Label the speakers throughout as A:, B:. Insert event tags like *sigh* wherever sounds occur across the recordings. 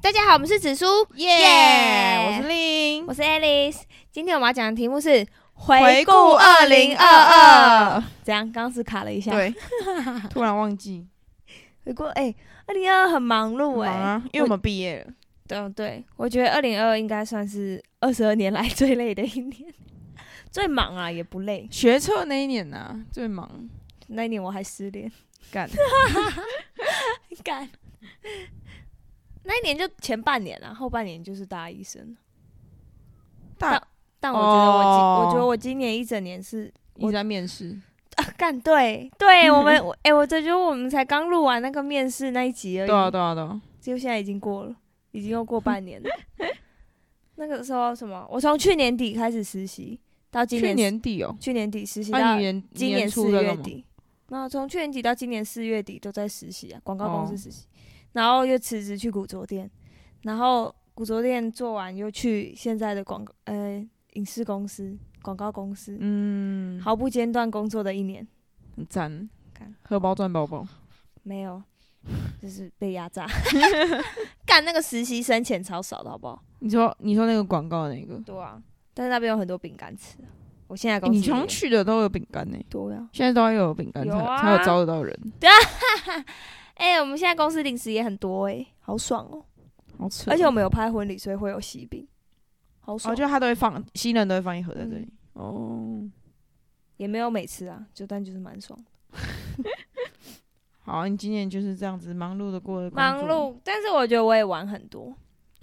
A: 大家好，我们是紫苏，
B: 耶我是令
A: 我，是 Alice。今天我们要讲的题目是
B: 回顾2022。
A: 怎样？刚刚是卡了一下。，
B: 对， *laughs* 突然忘记，
A: 回顾哎，二零二二很忙
B: 很
A: 碌
B: 忙
A: 哎、
B: 啊，因为我们毕业了，
A: 对对，我觉得二零二二应该算是二十二年来最累的一
B: *laughs*
A: 年，最忙啊也不累。
B: 学测那一年呐最忙，
A: 那一年我还失
B: *laughs*
A: 恋，
B: 干，
A: 干。那一年就前半年啊，后半年就是大一生。
B: 大
A: 但我觉得我今、
B: 哦
A: 我觉得我今年一整年是
B: 我在面试，
A: 啊，干对对，我 *laughs* 们我哎、我这就我们才刚录完那个面试那一集而已，
B: 对啊对啊对啊，
A: 就现在已经过了，已经又过半 *laughs* 年了。那个时候什么？我从去年底开始实习，到今
B: 去
A: 年
B: 年底哦，
A: 去年底实习到
B: 那你年
A: 今年
B: 出
A: 四
B: 的
A: 月
B: 了吗？
A: 底，那从去年底到今年四月底都在实习啊，广告公司
B: 哦
A: 实习，然后又辞职去古着店，然后古着店做完又去现在的广告呃影视公司、广告公司，
B: 嗯，
A: 毫不间断工作的一年。
B: 很赞
A: 干，
B: 荷包赚包包，
A: 没有， *laughs* 就是被压 *laughs* 榨。干那个实习生钱超少的好不好？
B: 你说你说那个广告的那个，
A: 对啊，但是那边有很多饼干吃。我现在
B: 欸
A: 公司
B: 你
A: 也有、
B: 常去的都有饼干呢，
A: 对啊，
B: 现在都要有饼干
A: 有
B: 才
A: 啊
B: 才有招得到人，
A: 哎、我们现在公司零食也很多哎、好爽哦、
B: 好扯，
A: 而且我们有拍婚礼，所以会有喜饼，好爽。
B: 哦，就他都会放，新人都会放一盒在这里
A: 嗯，
B: 哦。
A: 也没有每次啊，就但就是蛮爽的，
B: 好，你今年就是这样子忙碌的过的，
A: 忙。碌。但是我觉得我也玩很多。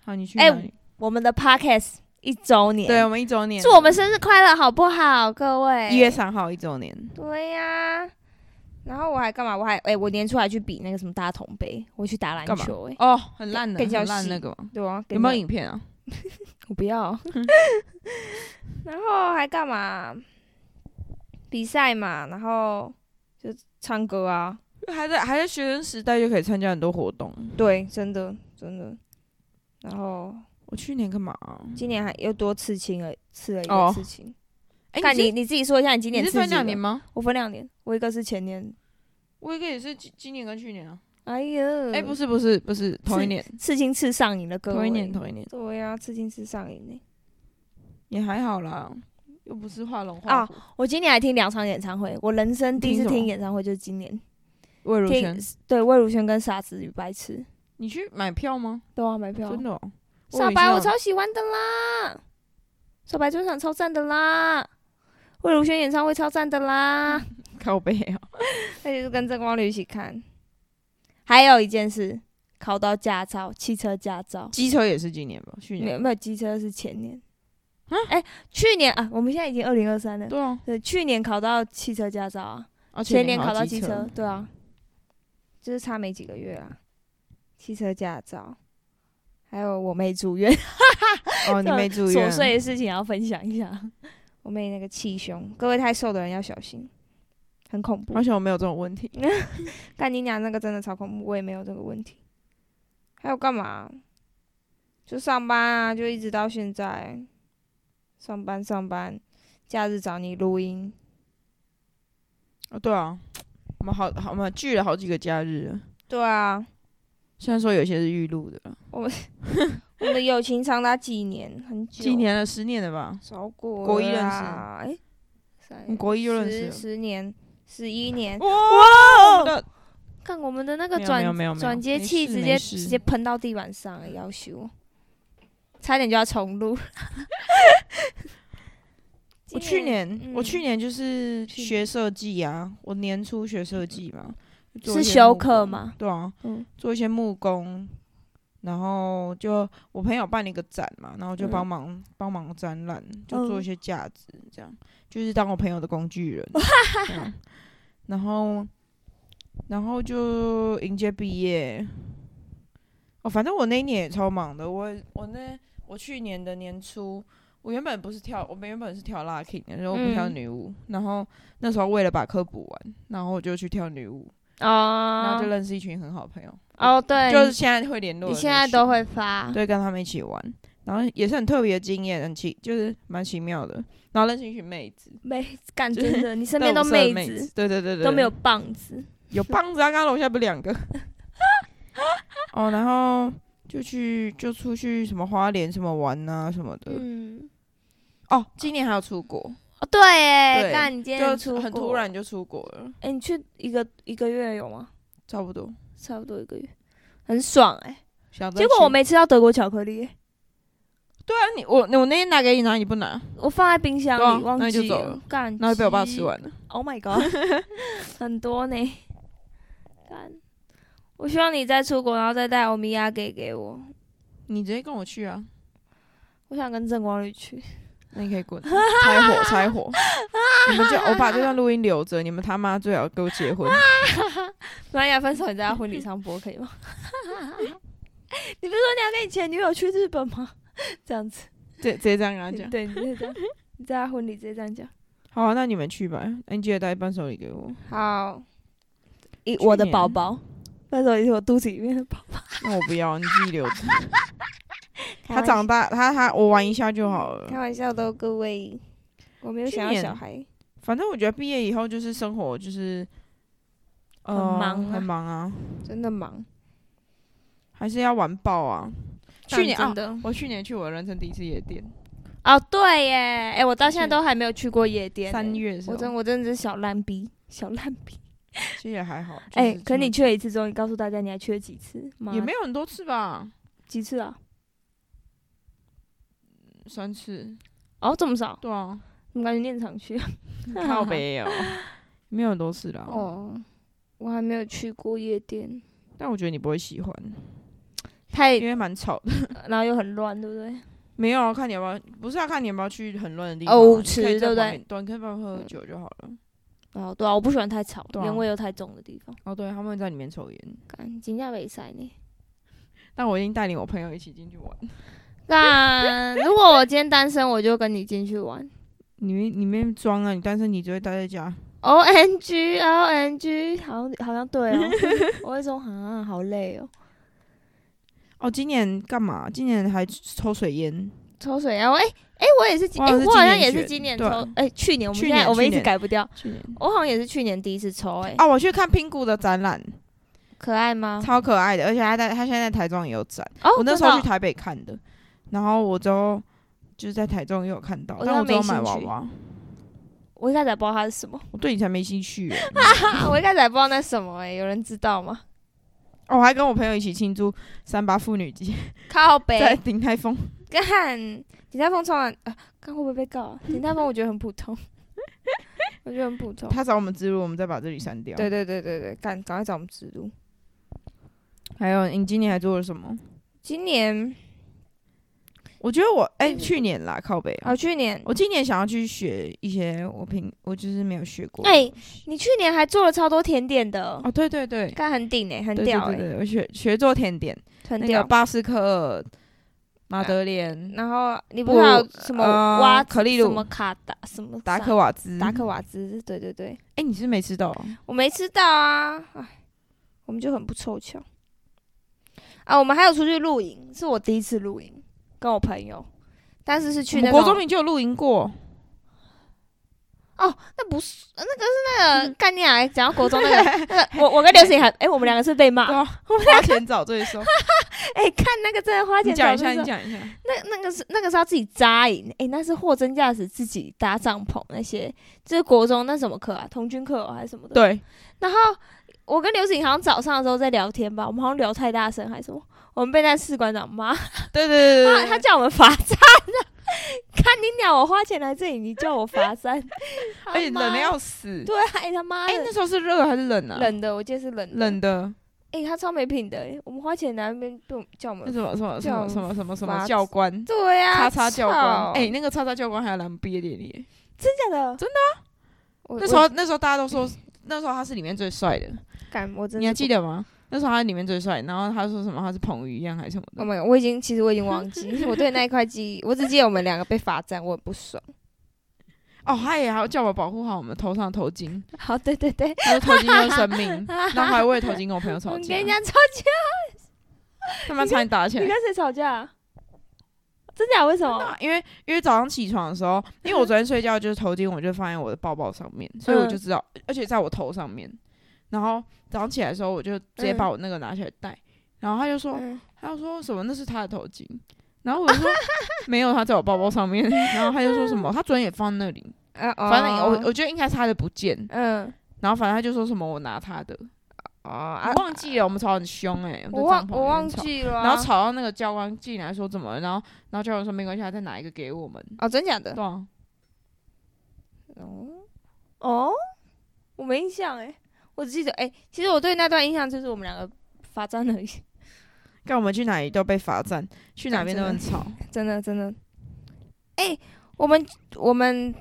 B: 好，你去
A: 哎
B: 哪里？
A: 我们的 podcast 一周年，
B: 对，我们一周年，
A: 祝我们生日快乐好不好，各位？
B: 一月三号一周年，
A: 对呀、然后我还干嘛？我还哎、我年初还去比那个什么大同杯，我去打篮
B: 干嘛
A: 球哎、
B: 哦，很烂的，
A: 更加
B: 很烂
A: 细
B: 那个嘛，
A: 对啊，
B: 有没有影片啊？
A: 我不要。
B: *laughs*
A: 然后还干嘛？比赛嘛，然后就唱歌啊。
B: 还在还在学生时代就可以参加很多活动。
A: 对，真的真的。然后
B: 我去年干嘛啊？
A: 今年还又多刺青了，刺了一个
B: 哦
A: 刺青。
B: 哎，
A: 看
B: 是
A: 你你自己说一下，你今年
B: 你是
A: 刺
B: 分
A: 几个
B: 两年？吗？
A: 我分两年，我一个是前年。
B: 我一个也是今今年跟去年啊。
A: 哎呀，
B: 哎，不是不是不是，同一年，
A: 刺青刺上瘾了，各位。
B: 同一年同一年，
A: 对呀、刺青刺上瘾呢、
B: 也还好啦，又不是画龙画
A: 啊
B: 虎。
A: 我今年还听两场演唱会，我人生第一次
B: 听什么
A: 听演唱会就是今年，
B: 魏如
A: 听
B: 萱，
A: 对魏如萱跟傻子与白痴
B: 你去买票吗？
A: 都要啊买票
B: 真。的哦，以
A: 傻
B: 为
A: 白
B: 是
A: 我
B: 那种
A: 超喜欢的啦，傻白专场超赞的啦，魏如萱演唱会超赞的啦，
B: 嗯靠背啊。
A: 那就是跟郑光宇一起看。还有一件事，考到驾照，汽车驾照，
B: 机车也是今年吧？去
A: 没有
B: 年。
A: 没有机车是前年，哎、去年啊，我们现在已经二零二三了，
B: 对啊，
A: 对，去年考到汽车驾照啊，
B: 啊
A: 前
B: 年
A: 年考到
B: 机
A: 汽车，，
B: *laughs*
A: 对啊，就是差没几个月啊。汽车驾照，还有我妹住院，*laughs*
B: 哦，你没住
A: 琐
B: 院，
A: 碎的事情也要分享一下。我妹那个气胸，各位太瘦的人要小心，很恐怖
B: 而。且我没有这种问题。
A: 干你娘那个真的超恐怖，我也没有这个问题。还有干嘛？就上班啊，就一直到现在，上班上班，假日找你录音，
B: 哦，对啊，我们好好，我们聚了好几个假日了，
A: 对啊，
B: 虽然说有些是预录的，
A: 我们的友情长达几年，很久，
B: 今年了，十年了吧？
A: 超过
B: 国一
A: 了
B: 认识
A: 啦哎，三
B: 我们国一就认识
A: 十
B: 了
A: 十年、十一年，哦
B: 哇！我们的
A: 看我们的那个
B: 没有没有没
A: 转
B: 有没有
A: 转接
B: 没
A: 器
B: 事
A: 直
B: 没
A: 接
B: 事
A: 直接喷到地板上了，要修，差点就要重录。
B: 我
A: 今
B: 去年 *laughs*
A: 嗯
B: 我去年就是
A: 去年
B: 学设计啊，我年初学设计嘛，做
A: 嗯是
B: 一些
A: 修
B: 木
A: 课
B: 工
A: 吗？
B: 对啊，
A: 嗯
B: 做一些木工，然后就我朋友办了一个展嘛，然后就
A: 嗯
B: 帮忙、帮忙展览，就
A: 嗯
B: 做一些架子，这样、就是当我朋友的工具
A: *laughs*
B: 人这样。然后，然后就迎接毕业。哦，反正我那一年也超忙的。我我那我去年的年初，我原本不是跳，我们原本是跳 locking，的然后我不跳
A: 嗯
B: 女巫。然后那时候为了把课补完，然后我就去跳女巫，然后就
A: 哦
B: 认识一群很好的朋友。
A: 哦，对，
B: 就是现在会联络的那
A: 你
B: 群，
A: 现在都会发，
B: 对跟他们一起玩，然后也是很特别的经验，很奇就是蛮奇妙的。然后认识一群妹子，
A: 妹感
B: 就是
A: 真的，你身边
B: 都
A: 都
B: 不是很
A: 妹
B: 子
A: 子，，
B: 对对对对，
A: 都没有棒子，
B: *laughs* 有棒子啊，刚刚楼下不是两个。哦，然后就去就出去什么花莲什么玩啊什么的。
A: 嗯，
B: 哦，今年还有出国，
A: 哦对耶，
B: 对
A: 干你今天出
B: 就很
A: 国
B: 突，然就出国了，
A: 哎、你去一个一个月有吗？
B: 差不多。
A: 差不多一个月，很爽哎、
B: 想着
A: 结果我
B: 去
A: 没吃到德国巧克力耶、欸
B: 对啊，你我我那天拿给你，然后你不拿，
A: 我放在冰箱里、
B: 对啊
A: 忘
B: 那你就
A: 记
B: 走
A: 了
B: 了，
A: 干，
B: 然后被我爸吃。完了。
A: Oh my god，很 *laughs* 多呢。干，我希望你再出国，然后再带欧米亚给给我。
B: 你直接跟我去啊，
A: 我想跟郑光宇去。
B: 那你可以滚，
A: *laughs*
B: 拆火拆火。你们就我把这段录音留着，你们他妈最好给我结婚。
A: 玛雅分手，你在他婚礼上播可以
B: *laughs*
A: 吗？ *laughs* 你不是说你要跟你前女友去日本吗？ *laughs* 这样子，
B: 直直接这样跟他讲。
A: 对，你就这样，你在他婚礼直接这样讲。
B: 好啊，那你们去吧。那你记得带伴手礼给我。
A: 好，一
B: 去
A: 我的
B: 年
A: 宝宝，分手也是我肚子里面的宝宝。
B: 那我不要，你自己留着。他
A: 长。
B: 长大，他他我玩一下就好了嗯
A: 开。玩笑的哦，各位，我没有
B: 去
A: 想要
B: 年
A: 小孩，
B: 反正我觉得毕业以后就是生活就是，呃，
A: 很忙啊
B: 很忙啊，
A: 真的忙。
B: 还是要玩爆啊。去
A: 但
B: 年
A: 真
B: 啊，
A: 的
B: 我去年去我人生第一次夜店，
A: 哦，对耶，哎，我到现在
B: 去
A: 都还没有去过夜店。
B: 三，月的时
A: 我
B: 候，
A: 真我真的是小烂逼，小烂逼。
B: 其实也还好。就
A: *laughs*
B: 是
A: 哎，可
B: 真的
A: 你去了一次之后，你告诉大家你还去了几次？妈
B: 也没有很多次吧，
A: 几次啊？
B: 三次。
A: 哦，这么少，
B: 对啊，
A: 我感觉念常去。 *laughs*
B: 靠北哦， *laughs* 没有很多次啦。
A: 哦，我还没有去过夜店，
B: 但我觉得你不会喜欢，
A: 太
B: 因为蛮吵的。 *laughs*
A: 然后又很乱，对不对？
B: 没有啊，看你要不要，不是要看你要不要去很乱的地方啊。
A: 哦舞
B: 你可以
A: 池对不嗯对
B: 在旁边？短可以不喝酒就好了。
A: 哦，对啊，我不喜欢太吵、
B: 对啊
A: 烟味又太重的地方，
B: 哦，对，他们在里面抽烟，
A: 干金价没塞呢。
B: 但我已经带领我朋友一起进去玩。 *laughs*
A: 干，如果我今天单身，我就跟你进去玩。
B: 你里面装啊，你但是你只会待在家。
A: O N G O N G，好像好像对 *laughs* 哦，我会说啊，好累哦，
B: 哦，今年干嘛？今年还抽水烟，
A: 抽水啊，我哎哎，我也是今，
B: 哇
A: 哎，
B: 是
A: 我
B: 今
A: 好像
B: 年
A: 也是
B: 选
A: 今年抽
B: 对，
A: 哎，去年我们
B: 去
A: 现在
B: 年
A: 我们
B: 去
A: 一直
B: 年
A: 改不掉，
B: 去年。
A: 我好像也是去年第一次抽，哎，
B: 哦，我去看拼谷的展览，
A: 可爱吗？
B: 超可爱的，而且他在他现在在台中也有展。
A: 哦，
B: 我那时
A: 真的
B: 候
A: 哦
B: 去台北看的，然后我之后就是在台中也有看到，
A: 我
B: 但我
A: 都
B: 只
A: 哦没兴
B: 有买娃
A: 趣
B: 娃，
A: 我一开始还不知道它是什么， *laughs*
B: 我对你才没兴趣耶、
A: 我一开始还不知道那是什么，哎，有人知道吗？
B: 哦，我还跟我朋友一起庆祝三八妇女节，
A: 靠
B: 在
A: 北
B: 鼎泰丰。
A: 干，鼎泰丰超完，啊，看会不会被告啊？鼎泰丰我觉得很普通， *laughs* 我觉得很普通。
B: 他找我们植入，我们再把这里删掉。
A: 对，对对对对，赶赶快找我们植入。
B: 还有你今年还做了什么？
A: 今年
B: 我觉得我哎、去年啦，靠北啊、
A: 啊，去年
B: 我今年想要去学一些我平我就是没有学过。
A: 哎、你去年还做了超多甜点的，
B: 哦，对对对，
A: 看、很顶哎、很
B: 对
A: 屌哎、
B: 对对对，我学学做甜点，
A: 很
B: 那
A: 屌。
B: 个巴斯克、马德莲、
A: 然后你不是还有什么
B: 呃
A: 挖、
B: 可丽
A: 什
B: 露
A: 么卡达什么
B: 达
A: 啥
B: 克瓦兹、
A: 达克瓦兹？对对对，
B: 哎、你是不是没吃到、啊？
A: 我没吃到啊，哎，我们就很不凑巧啊。我们还有出去露营，是我第一次露营，跟我朋友，但是是去
B: 我
A: 那
B: 们国中
A: 种
B: 你就有露营过，
A: 哦，那不是那个是那
B: 嗯
A: 个概念啊，讲到国中那
B: *laughs*
A: 个那个，我我跟刘思颖还哎、我们两个是被骂，
B: 对啊，花钱找罪受。
A: 哎、看那个真的花
B: 你
A: 钱
B: 讲
A: 找
B: 一下，
A: 罪受
B: 你讲一下。
A: 那那个是那个是要自己扎营，诶，那是货真价实自己搭帐篷那些，这是国中那什么课啊，童军课、哦、还是什么的。。
B: 对，
A: 然后我跟刘子颖好像早上的时候在聊天吧，我们好像聊太大声还是什么，我们被那士官长骂，
B: 对对对对
A: 他
B: 对
A: 他叫我们罚站啊！ *laughs* 看你鸟，我花钱来这里，你叫我罚
B: *laughs*
A: 站，
B: 而且哎冷的
A: 的
B: 要死。
A: 对，哎他妈
B: 哎、
A: 的
B: 那时候是热还是冷啊？
A: 冷的，我记得是冷的
B: 冷的，
A: 哎、他超没品的、诶我们花钱来那边被我们叫我
B: 那
A: 们，
B: 什么什么什
A: 叫
B: 么什么什么什
A: 法
B: 么教官，
A: 对啊，
B: 叉叉教官。 *laughs*
A: 操
B: 哎、那个叉叉教官还有来我们毕业典礼耶。
A: 真的假的？
B: 真
A: 的啊，
B: 那时候那时候大家都说， *clears throat* 那时候他是里面最帅的，
A: 敢，我真的
B: 你还记
A: 得？
B: 得吗？那时候他是里面最帅，然后他说什么他是彭于晏还是什么
A: 我
B: 的。
A: 没有，Oh 我已经其实我已经忘 *laughs* 记，我对那一块记忆，我只记得我们两个被罚站，我很不爽。
B: 哦，他也还要叫我保护好我们头上的头巾，
A: *laughs* 好，对对对，
B: 他说头巾就是生 *laughs* 命，然后还为了头巾跟我朋友
A: 我
B: 吵
A: 们
B: 架
A: 跟人，家 *laughs* 吵架，
B: 他妈差点打起来
A: 你。跟谁吵架？真假？为什么？
B: 啊因为因为早上起床的时候，因为我昨天睡觉就是头巾，我就放在我的包包上面，所以我就
A: 嗯
B: 知道，而且在我头上面。然后早上起来的时候，我就直接把我那个拿起来戴，然后他就说，
A: 嗯
B: 他就说什么那是他的头巾，然后我就说没有，他在我包包上面。 *laughs* 然后他就说什么，他昨天也放那里，
A: 啊哦，
B: 反正我我觉得应该是他的不见。
A: 嗯
B: 然后反正他就说什么我拿他的，
A: 哦啊
B: 我，忘记了，我们吵很凶哎、们在
A: 我忘
B: 帐篷里面
A: 我忘
B: 吵。
A: 记了啊，
B: 然后吵到那个教官进来说怎么了，然后然后教官说没关系，他再拿一个给我们。
A: 哦，真假的
B: 对啊，
A: 哦哦，我没印象哎，我只记得哎、其实我对那段印象就是我们两个罚站而已， *laughs*
B: 看我们去哪里都被罚站，去哪边都很吵。
A: 真的真的。哎、我们我们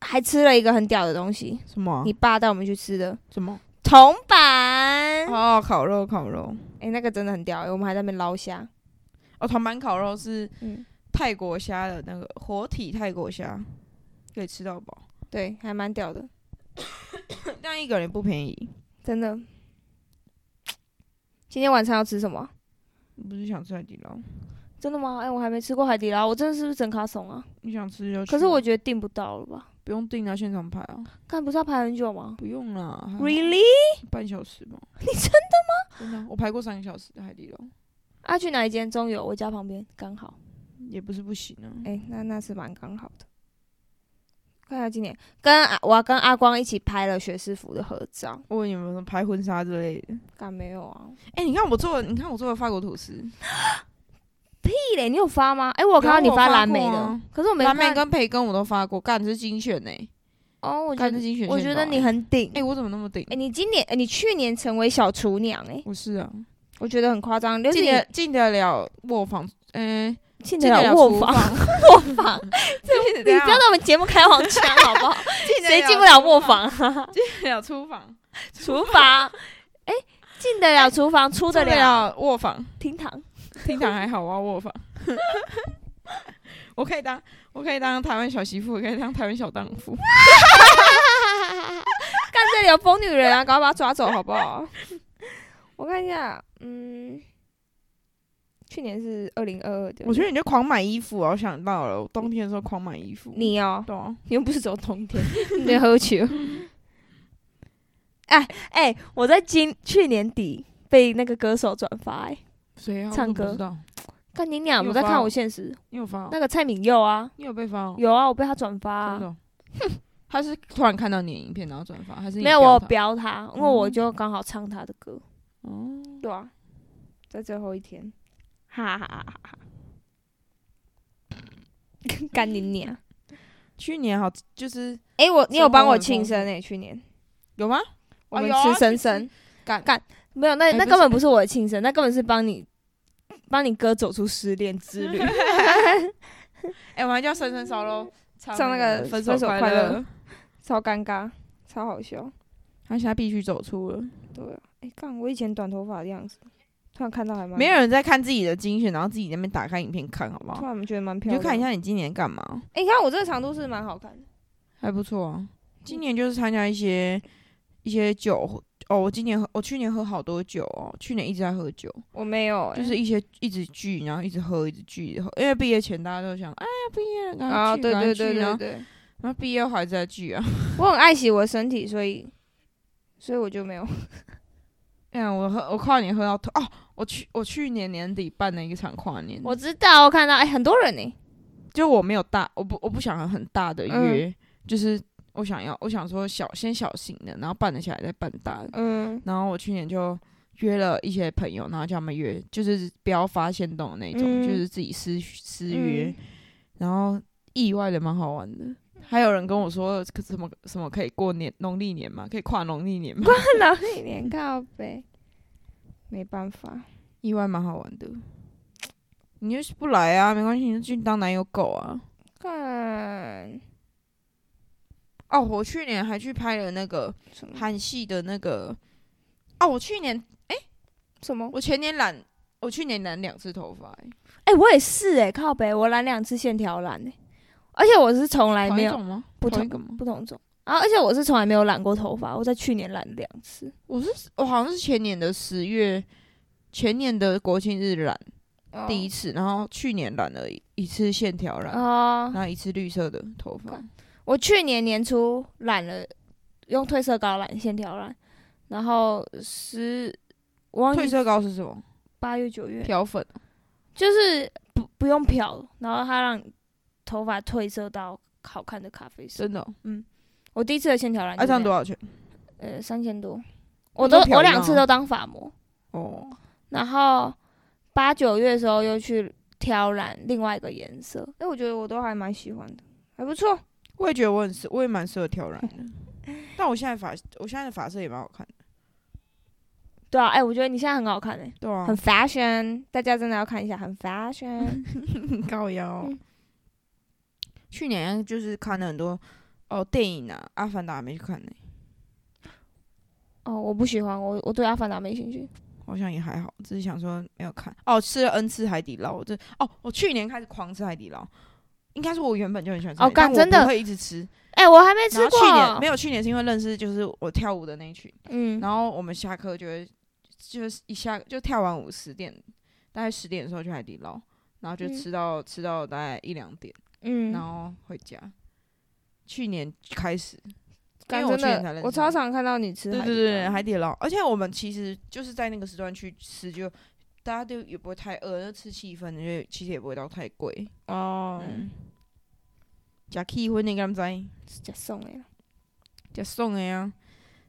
A: 还吃了一个很屌的东西，
B: 什么啊？
A: 你爸带我们去吃的
B: 什么？
A: 铜板，哎、
B: 哦，烤肉，烤肉。
A: 那个真的很屌、哎我们还在那边捞虾，
B: 哦，铜板烤肉是
A: 嗯
B: 泰国虾的那个活体泰国虾，可以吃到饱，
A: 对，还蛮屌的，
B: 但一个人也不便宜。
A: 真的。今天晚上要吃什么啊？
B: 你不是想吃海底捞？
A: 真的吗？哎、我还没吃过海底捞，我真的是不是整卡怂啊？
B: 你想吃就去。
A: 可是我觉得订不到了吧？
B: 不用订啊，现场排啊，
A: 看不是要排很久吗
B: 不用啦还好
A: ？Really？
B: 半小时 *laughs* 吧。
A: 你真
B: 真的啊，我排过三个小时的海底捞，
A: 啊，去哪一间中友？我家旁边刚好。
B: 也不是不行啊。
A: 哎、那那是蛮刚好的。看一下今年跟阿我跟阿光一起拍了学士服的合照，
B: 我问你们拍婚纱之类的。
A: 干没有啊？
B: 哎、你看我做的，你看我做的法国吐司，
A: 屁嘞，你有发吗？哎、我看到你
B: 有我发
A: 蓝莓的，
B: 过啊
A: 可是我没
B: 蓝
A: 看。
B: 莓跟培根我都发过，干这是精选呢、
A: 哦，我觉
B: 干这
A: 得
B: *laughs* 精选线条欸。
A: 我觉得你很顶。
B: 哎、
A: 哎、
B: 我怎么那么顶？
A: 你今年、哎，你去年成为小厨娘哎、
B: 我是啊，
A: 我觉得很夸张，就是
B: 进
A: 你
B: 得进得了卧房，嗯、
A: 进
B: 进
A: 得
B: 得
A: 了
B: 了
A: 卧
B: 厨
A: 房， *laughs*
B: 房，啊
A: 卧房，
B: 你
A: *laughs* 你不要在我们节目开黄腔好不好？谁进不了卧房？ *laughs* 啊？
B: 进得了
A: *laughs*
B: 厨房，
A: 厨房，哎、进得了厨房，出得
B: 进得
A: 了
B: 了卧房，
A: 厅堂。 *laughs*
B: 厅堂还好啊，卧房。我可以当，我可以当台湾小媳妇，也可以当台湾小荡
A: *laughs*
B: 妇。
A: 干这里有疯女人啊，赶快把她抓走好不好？ *laughs* 我看一下，嗯，去年是二零二二的，
B: 我觉得你就狂买衣服啊，我想到了，我冬天的时候狂买衣服。
A: 你哦，
B: 懂、啊？
A: 你又不是走冬 *laughs* 天，你在喝酒。 *laughs* 哎哎、我在今去年底被那个歌手转发、哎，
B: 谁啊？我
A: 唱
B: 怎么
A: 歌
B: 不知道
A: 看你俩，
B: 你有
A: 我在
B: 发
A: 看
B: 哦
A: 我现实，
B: 你有发哦？
A: 那个蔡敏佑啊，
B: 你有被发哦？
A: 有啊，我被他转发、
B: 真的
A: 啊。
B: 哦。 *laughs* 他是突然看到你的影片，然后转发，还是你
A: 没有，我有
B: 他
A: 标他，哦因为我就刚好唱他的歌。
B: 哦，
A: 对啊，在最后一天，哈哈哈哈哈！干你娘！
B: 去年好就是
A: 哎、我你有帮我庆
B: 生
A: 生哎、去年
B: 有吗？
A: 我
B: 哦
A: 们
B: 有啊
A: 吃
B: 去
A: 生
B: 吃
A: 生，
B: 干
A: 干没有，那
B: 哎
A: 那
B: 不
A: 根
B: 是
A: 本不是我的庆生，那根本是帮你帮你哥走出失恋之 *laughs* 旅。
B: 哎、我们还叫深深烧肉，唱
A: 唱那个
B: 分
A: 分手
B: 快
A: 快乐。超尴尬，超好笑。
B: 他现在必须走出了，
A: 对啊，哎、干我以前短头发的样子，突然看到还蛮
B: 没有，人在看自己的精选，然后自己在那边打开影片看，好不
A: 突
B: 好？
A: 然觉得蛮
B: 你
A: 漂
B: 就
A: 亮。
B: 看一，下你今年干嘛，
A: 哎、你看我这个长度是蛮好看的。
B: 还不错啊。今年就是参加一些一些酒哦，我今年喝，我去年喝好多酒哦，去年一直在喝酒，
A: 我没有、哎
B: 就是一些一直聚，然后一直喝，一直聚，喝因为毕业前大家都想，哎呀，毕业了，赶
A: 啊，
B: 快聚，
A: 对
B: 赶
A: 对
B: 快聚
A: 对
B: 然
A: 对
B: 后
A: 对。
B: 然后毕业后还在聚啊。
A: 我很爱惜我的身体，所以，所以我就没有。
B: 哎呀，我喝，我跨年喝到吐哦，我去，我去年年底办了一场跨年，
A: 我知道，我看到，哎、很多人呢、
B: 就我没有大，我不我不想要很大的
A: 嗯
B: 约，就是我想要我想说小先小型的，然后办得起来再办大的。
A: 嗯
B: 然后我去年就约了一些朋友，然后叫他们约，就是不要发现动的那种，
A: 嗯
B: 就是自己私私约，
A: 嗯
B: 然后意外的蛮好玩的。还有人跟我说，可什么什么可以过年农历年嘛，可以跨农历年嘛，
A: *laughs* 老一年告呗，没办法。
B: 意外蛮好玩的。你就是不来啊，没关系，你就去当男友狗啊。
A: 看
B: 哦，我去年还去拍了那个
A: 什么
B: 韩系的那个，哦，我去年
A: 什么？
B: 我前年染，我去年染两次头发、欸，
A: 哎、我也是哎、靠北，我染两次线条染哎、而且我是从来
B: 同
A: 没
B: 一
A: 有
B: 种吗？
A: 不
B: 同
A: 同
B: 一个吗？
A: 不同种啊，而且我是从来没有染过头发，我在去年染两次。
B: 我是我好像是前年的十月，前年的国庆日染
A: 哦
B: 第一次，然后去年染了一一次线条染，
A: 啊、
B: 然后一次绿色的头发
A: 干。我去年年初染了，用褪色膏染线条染，然后十我忘记
B: 褪色膏是什么？
A: 八月九月，
B: 漂粉，啊
A: 就是不不用漂了，然后它让你头发褪色到好看的咖啡色。
B: 真的、哦。
A: 我第一次的线条染
B: 哎、
A: 就
B: 啊，这
A: 这
B: 样
A: 样，
B: 多少钱？
A: 呃，三千多，
B: 那
A: 我
B: 都
A: 都
B: 漂啊
A: 我
B: 移
A: 两次
B: 吗
A: 都当发膜，
B: 哦，
A: 然后八九月的时候又去挑染另外一个颜色，哎、我觉得我都还蛮喜欢的，还不错。
B: 我也觉得我很适，我也蛮适合挑染的。
A: *laughs*
B: 但我现在发，我现在的发色也蛮好看的。
A: 对啊，哎、我觉得你现在很好看哎、
B: 对啊
A: 很，fashion，大家真的要看一下，很
B: *laughs*
A: fashion。
B: 很高
A: 哦
B: 腰。嗯去年就是看了很多哦电影啊，《阿凡达》还没去看呢、
A: 哦，我不喜欢，我我对阿凡达没兴趣。
B: 好像也还好，只是想说没有看。哦，吃了 N 次海底捞，这哦，我去年开始狂吃海底捞，应该是我原本就很喜欢吃
A: 哦
B: 海底捞，
A: 干
B: 但
A: 真的
B: 我不会一直吃。
A: 哎、我还没吃
B: 然后
A: 过。
B: 去年没有，去年是因为认识就是我跳舞的那一群，
A: 嗯，
B: 然后我们下课就会就是一下就跳完舞十点，大概十点的时候去海底捞，然后就
A: 嗯
B: 吃到、吃到大概一两点，
A: 嗯，
B: 然后回家。去年开始，因
A: 干
B: 为我
A: 真
B: 去年才认
A: 的
B: 识，
A: 我超常看到你吃
B: 对
A: 海
B: 对
A: 底
B: 对，对
A: 捞，
B: 海底捞，而且我们其实就是在那个时段去吃就。大家都也不会太饿，就吃气氛，因为其实也不会到太贵。
A: 哦，
B: 嗯，假气氛你敢知？
A: 假送哎，
B: 就送的呀。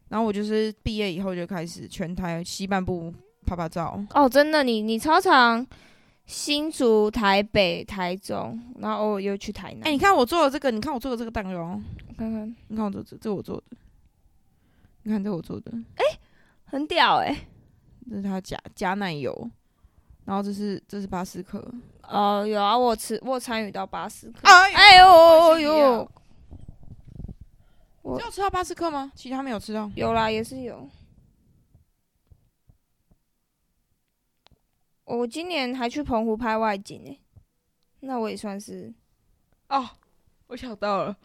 B: 然后我就是毕业以后就开始全台西半部拍拍照，
A: 哦，真的，你你超常新竹、台北、台中，然后偶尔又去台南。
B: 哎、你看我做的这个，你看我做的这个蛋糕，
A: 看看，
B: 你看我做这，这我做的，你看这我做的，
A: 很屌哎、
B: 这是它加加奶油，然后这是这是巴斯克，
A: 哦，有啊，我吃我有参与到巴斯克。
B: 哎，
A: 哎呦
B: 我
A: 哦
B: 也是一样
A: 呦，
B: 你有吃到巴斯克吗？其他没有吃到，
A: 有啦，也是有。我今年还去澎湖拍外景哎、那我也算是
B: 哦，我想到了，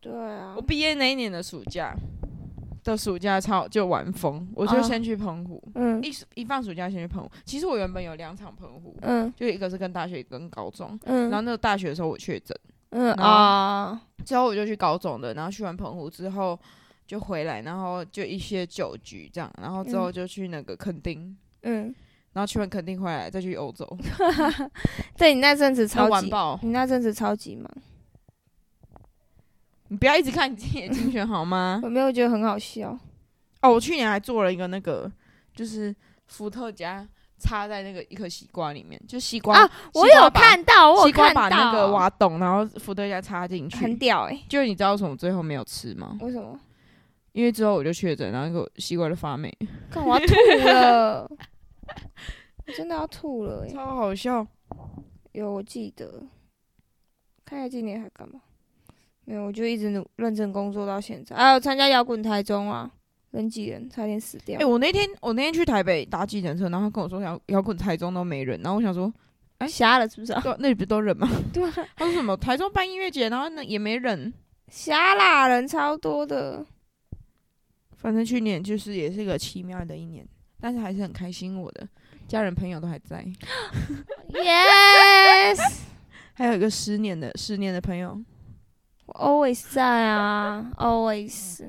A: 对啊
B: 我。毕业那一年的暑假的暑假超就玩疯，我就
A: 啊
B: 先去澎湖，
A: 嗯
B: 一暑一放暑假先去澎湖，其实我原本有两场澎湖，
A: 嗯
B: 就一个是跟大学，一个跟高中。
A: 嗯，
B: 然后那个大学的时候我确诊，
A: 嗯
B: 然后
A: 啊，
B: 之后我就去高中的，然后去完澎湖之后就回来，然后就一些酒局这样，然后之后就去那个垦丁，
A: 嗯，
B: 然后去完垦丁回来再去
A: *laughs*
B: 欧洲，
A: 对你那阵子
B: 超
A: 超
B: 完
A: 级，
B: 爆！
A: 你那阵子超级忙，
B: 你不要一直看你自己的精选
A: *laughs*
B: 好吗？
A: 我没有觉得很好笑。
B: 哦，我去年还做了一个那个，就是伏特加插在那个一颗西瓜里面，就西瓜
A: 啊我有，看到，我
B: 西
A: 有
B: 瓜
A: 看
B: 把
A: 到，啊
B: 西瓜把那个挖洞，然后伏特加插进
A: 很
B: 去。
A: 屌哎、
B: 就你知道为什么最后没有吃吗？
A: 为什么？
B: 因为之后我就确诊，然后那个西瓜就发霉。
A: 看我要吐了，我真的要吐
B: *laughs*
A: 了哎、
B: 超好笑。
A: 有我记得，看一下今年还干嘛？没有，我就一直努认真工作到现在。还有参加摇滚台中啊，人挤人，差点死掉。
B: 哎、我那天我那天去台北搭计程车，然后他跟我说摇摇滚台中都没人，然后我想说，哎
A: 瞎了是不是、啊？
B: 对啊，那里不是都人
A: *laughs*
B: 吗？
A: 对啊，
B: 他说什么台中办音乐节，然后那也没人。
A: 瞎啦，人超多的。
B: 反正去年就是也是一个奇妙的一年，但是还是很开心，我的家人朋友都还在， *laughs*
A: Yes，
B: 还有一个失恋的失恋的朋友，
A: 我 always 在啊，always。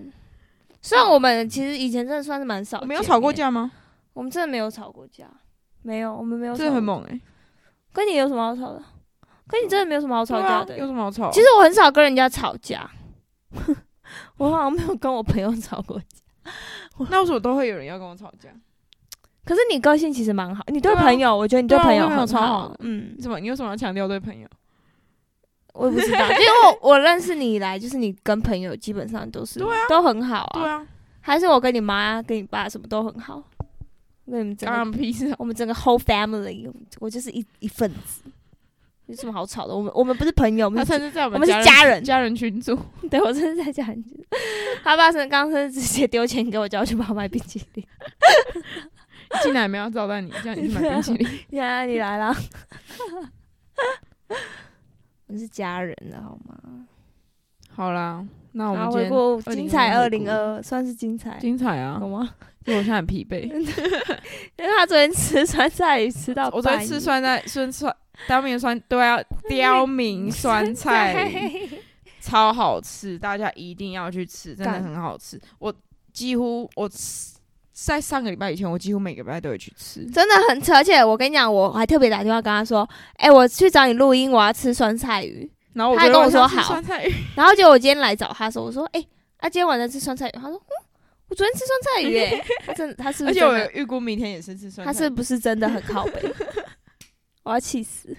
A: 虽然我们其实以前真的算是蛮少，
B: 我没有吵过，架吗？
A: 我们真的没有吵过架，没有，我们没有。
B: 这很，猛哎、
A: 跟你有什么好吵的？跟你真的没有什么好吵架的
B: 对
A: 欸、
B: 啊有什么好吵？
A: 其实我很少跟人家吵架， *laughs* 我好像没有跟我朋友吵过架。
B: 那为什么都会有人要跟我吵架？
A: 可是你个性其实蛮好，你对
B: 对啊
A: 朋友，我觉得你
B: 对啊
A: 朋
B: 我
A: 友
B: 对朋友
A: 很
B: 超好的
A: 嗯，
B: 什么？你为什么要强调对朋友？
A: 我也不知道，因为我我认识你以来，就是你跟朋友基本上都是
B: 对
A: 都很好
B: 对
A: 啊，
B: 啊，
A: 还是我跟你妈、跟你爸什么都很好，跟你们整个
B: 当然屁事啊。
A: 我们整个 whole family，我就是一一份子，有什么好吵的？我们我们不是朋友，我
B: 他
A: 们是
B: 甚至在我
A: 我
B: 们
A: 们是
B: 家
A: 家
B: 人
A: 人，
B: 家人群组。 *laughs*
A: *laughs* 对我真的在讲，他爸是刚是直接丢钱给我，叫我去帮他买冰淇淋。
B: 进来没有招待你，这样你去买冰淇淋。
A: 呀，你来了， *laughs* 我们是家人了好吗？
B: 好啦，那我
A: 然
B: 们
A: 后
B: 今
A: 回
B: 天
A: 顾
B: 2020
A: 精彩二
B: 回顾
A: 零二，算是精彩，
B: 精彩啊
A: *laughs* 好！吗？
B: 因为我现在很疲
A: *laughs*
B: 惫，
A: 因为他昨天吃酸菜鱼吃到半夜，
B: 我昨天吃酸菜酸酸刁民酸都要
A: *laughs*
B: 刁民酸菜，超好吃，大家一定要去吃，真的
A: 干
B: 很好吃。我几乎我吃在上个礼拜以前，我几乎每个礼拜都会去吃。
A: 真的很扯。而且我跟你讲，我还特别打电话跟他说：“哎、我去找你录音，我要吃酸菜鱼。
B: 然后我
A: 他还
B: 就
A: 跟
B: 问
A: 我说
B: 想吃
A: 好
B: 酸菜鱼，”
A: 然后结果我今天来找他说：“我说，哎、啊，今天晚上吃酸菜鱼。”他说：“嗯，我昨天吃酸菜鱼、欸。”
B: *laughs*
A: 他真的，他是不
B: 而
A: 是
B: 且我
A: 真的？
B: 有预估明天也是吃酸菜 *laughs*
A: 他
B: 鱼。
A: 是不是真的很靠
B: *laughs*
A: 北？我要气死！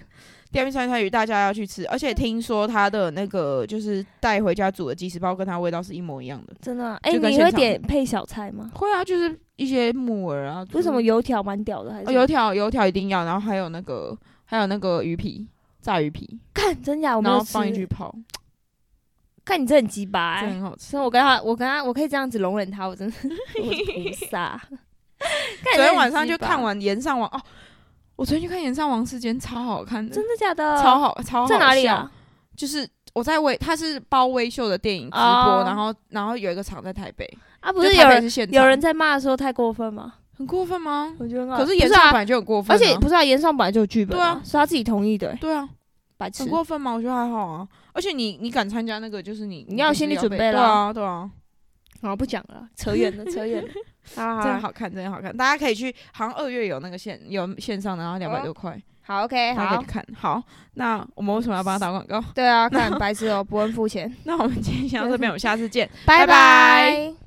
B: 店面酸菜鱼，大家要去吃。而且听说它的那个就是带回家煮的鸡翅包，跟它味道是一模一样的。
A: 真的啊，哎、
B: 就跟
A: 你
B: 现
A: 会
B: 场
A: 点配小菜吗？
B: 会啊，就是一些木耳啊，
A: 为什么油条蛮屌的？还是
B: 哦、油条油条一定要，然后还有那个还有那个鱼皮炸鱼皮，
A: 看真啊假？我没
B: 然
A: 有
B: 后放进
A: 吃
B: 去泡，
A: 看你这很鸡巴、
B: 这
A: 欸，
B: 很好吃。
A: 所以我跟他，我跟他，我可以这样子容忍他，我
B: *laughs*
A: 真的我无傻。看你
B: 昨
A: 这很
B: 天晚上
A: 鸡
B: 就
A: 巴
B: 看，完《岩上王》哦，我昨天去看《岩上王世间》，超好看的，
A: 真的假的？
B: 超好超好
A: 在哪里
B: 笑
A: 啊？？
B: 就是我在微，他是包微秀的电影直播，
A: 哦
B: 然后然后有一个场在台北，
A: 啊，不是
B: 就
A: 有
B: 台北
A: 人
B: 是现场
A: 有人在骂说太过分吗？
B: 很过分吗？
A: 我觉得很好
B: 可是
A: *laughs* 不
B: 岩上
A: 啊
B: 本，来就很过分、
A: 而且不是啊，岩上本来就有剧本、
B: 对啊
A: 是他自己同意的、欸，
B: 对啊，
A: 白痴
B: 很。过分吗？我觉得还好啊。而且你你敢参加那个，就是你
A: 你要有
B: 就是
A: 心理
B: 要
A: 准
B: 被
A: 备
B: 对
A: 啦
B: 啊对啊，
A: 好，不讲了，扯远了，扯远了。好啦好
B: 真的
A: 啦
B: *laughs* 好看，真的好看，大家可以去，好像二月有那个线有线上的，然后两百多块，
A: 好，OK，
B: 大
A: 哦哎
B: 家可
A: 好
B: 以去，看。好，那我们为什么要帮他打广告？ *laughs*
A: 对啊，看白痴哦、不问付钱，
B: 那我们今天先到这边，我们下次见。
A: *laughs* 拜
B: 拜
A: 拜。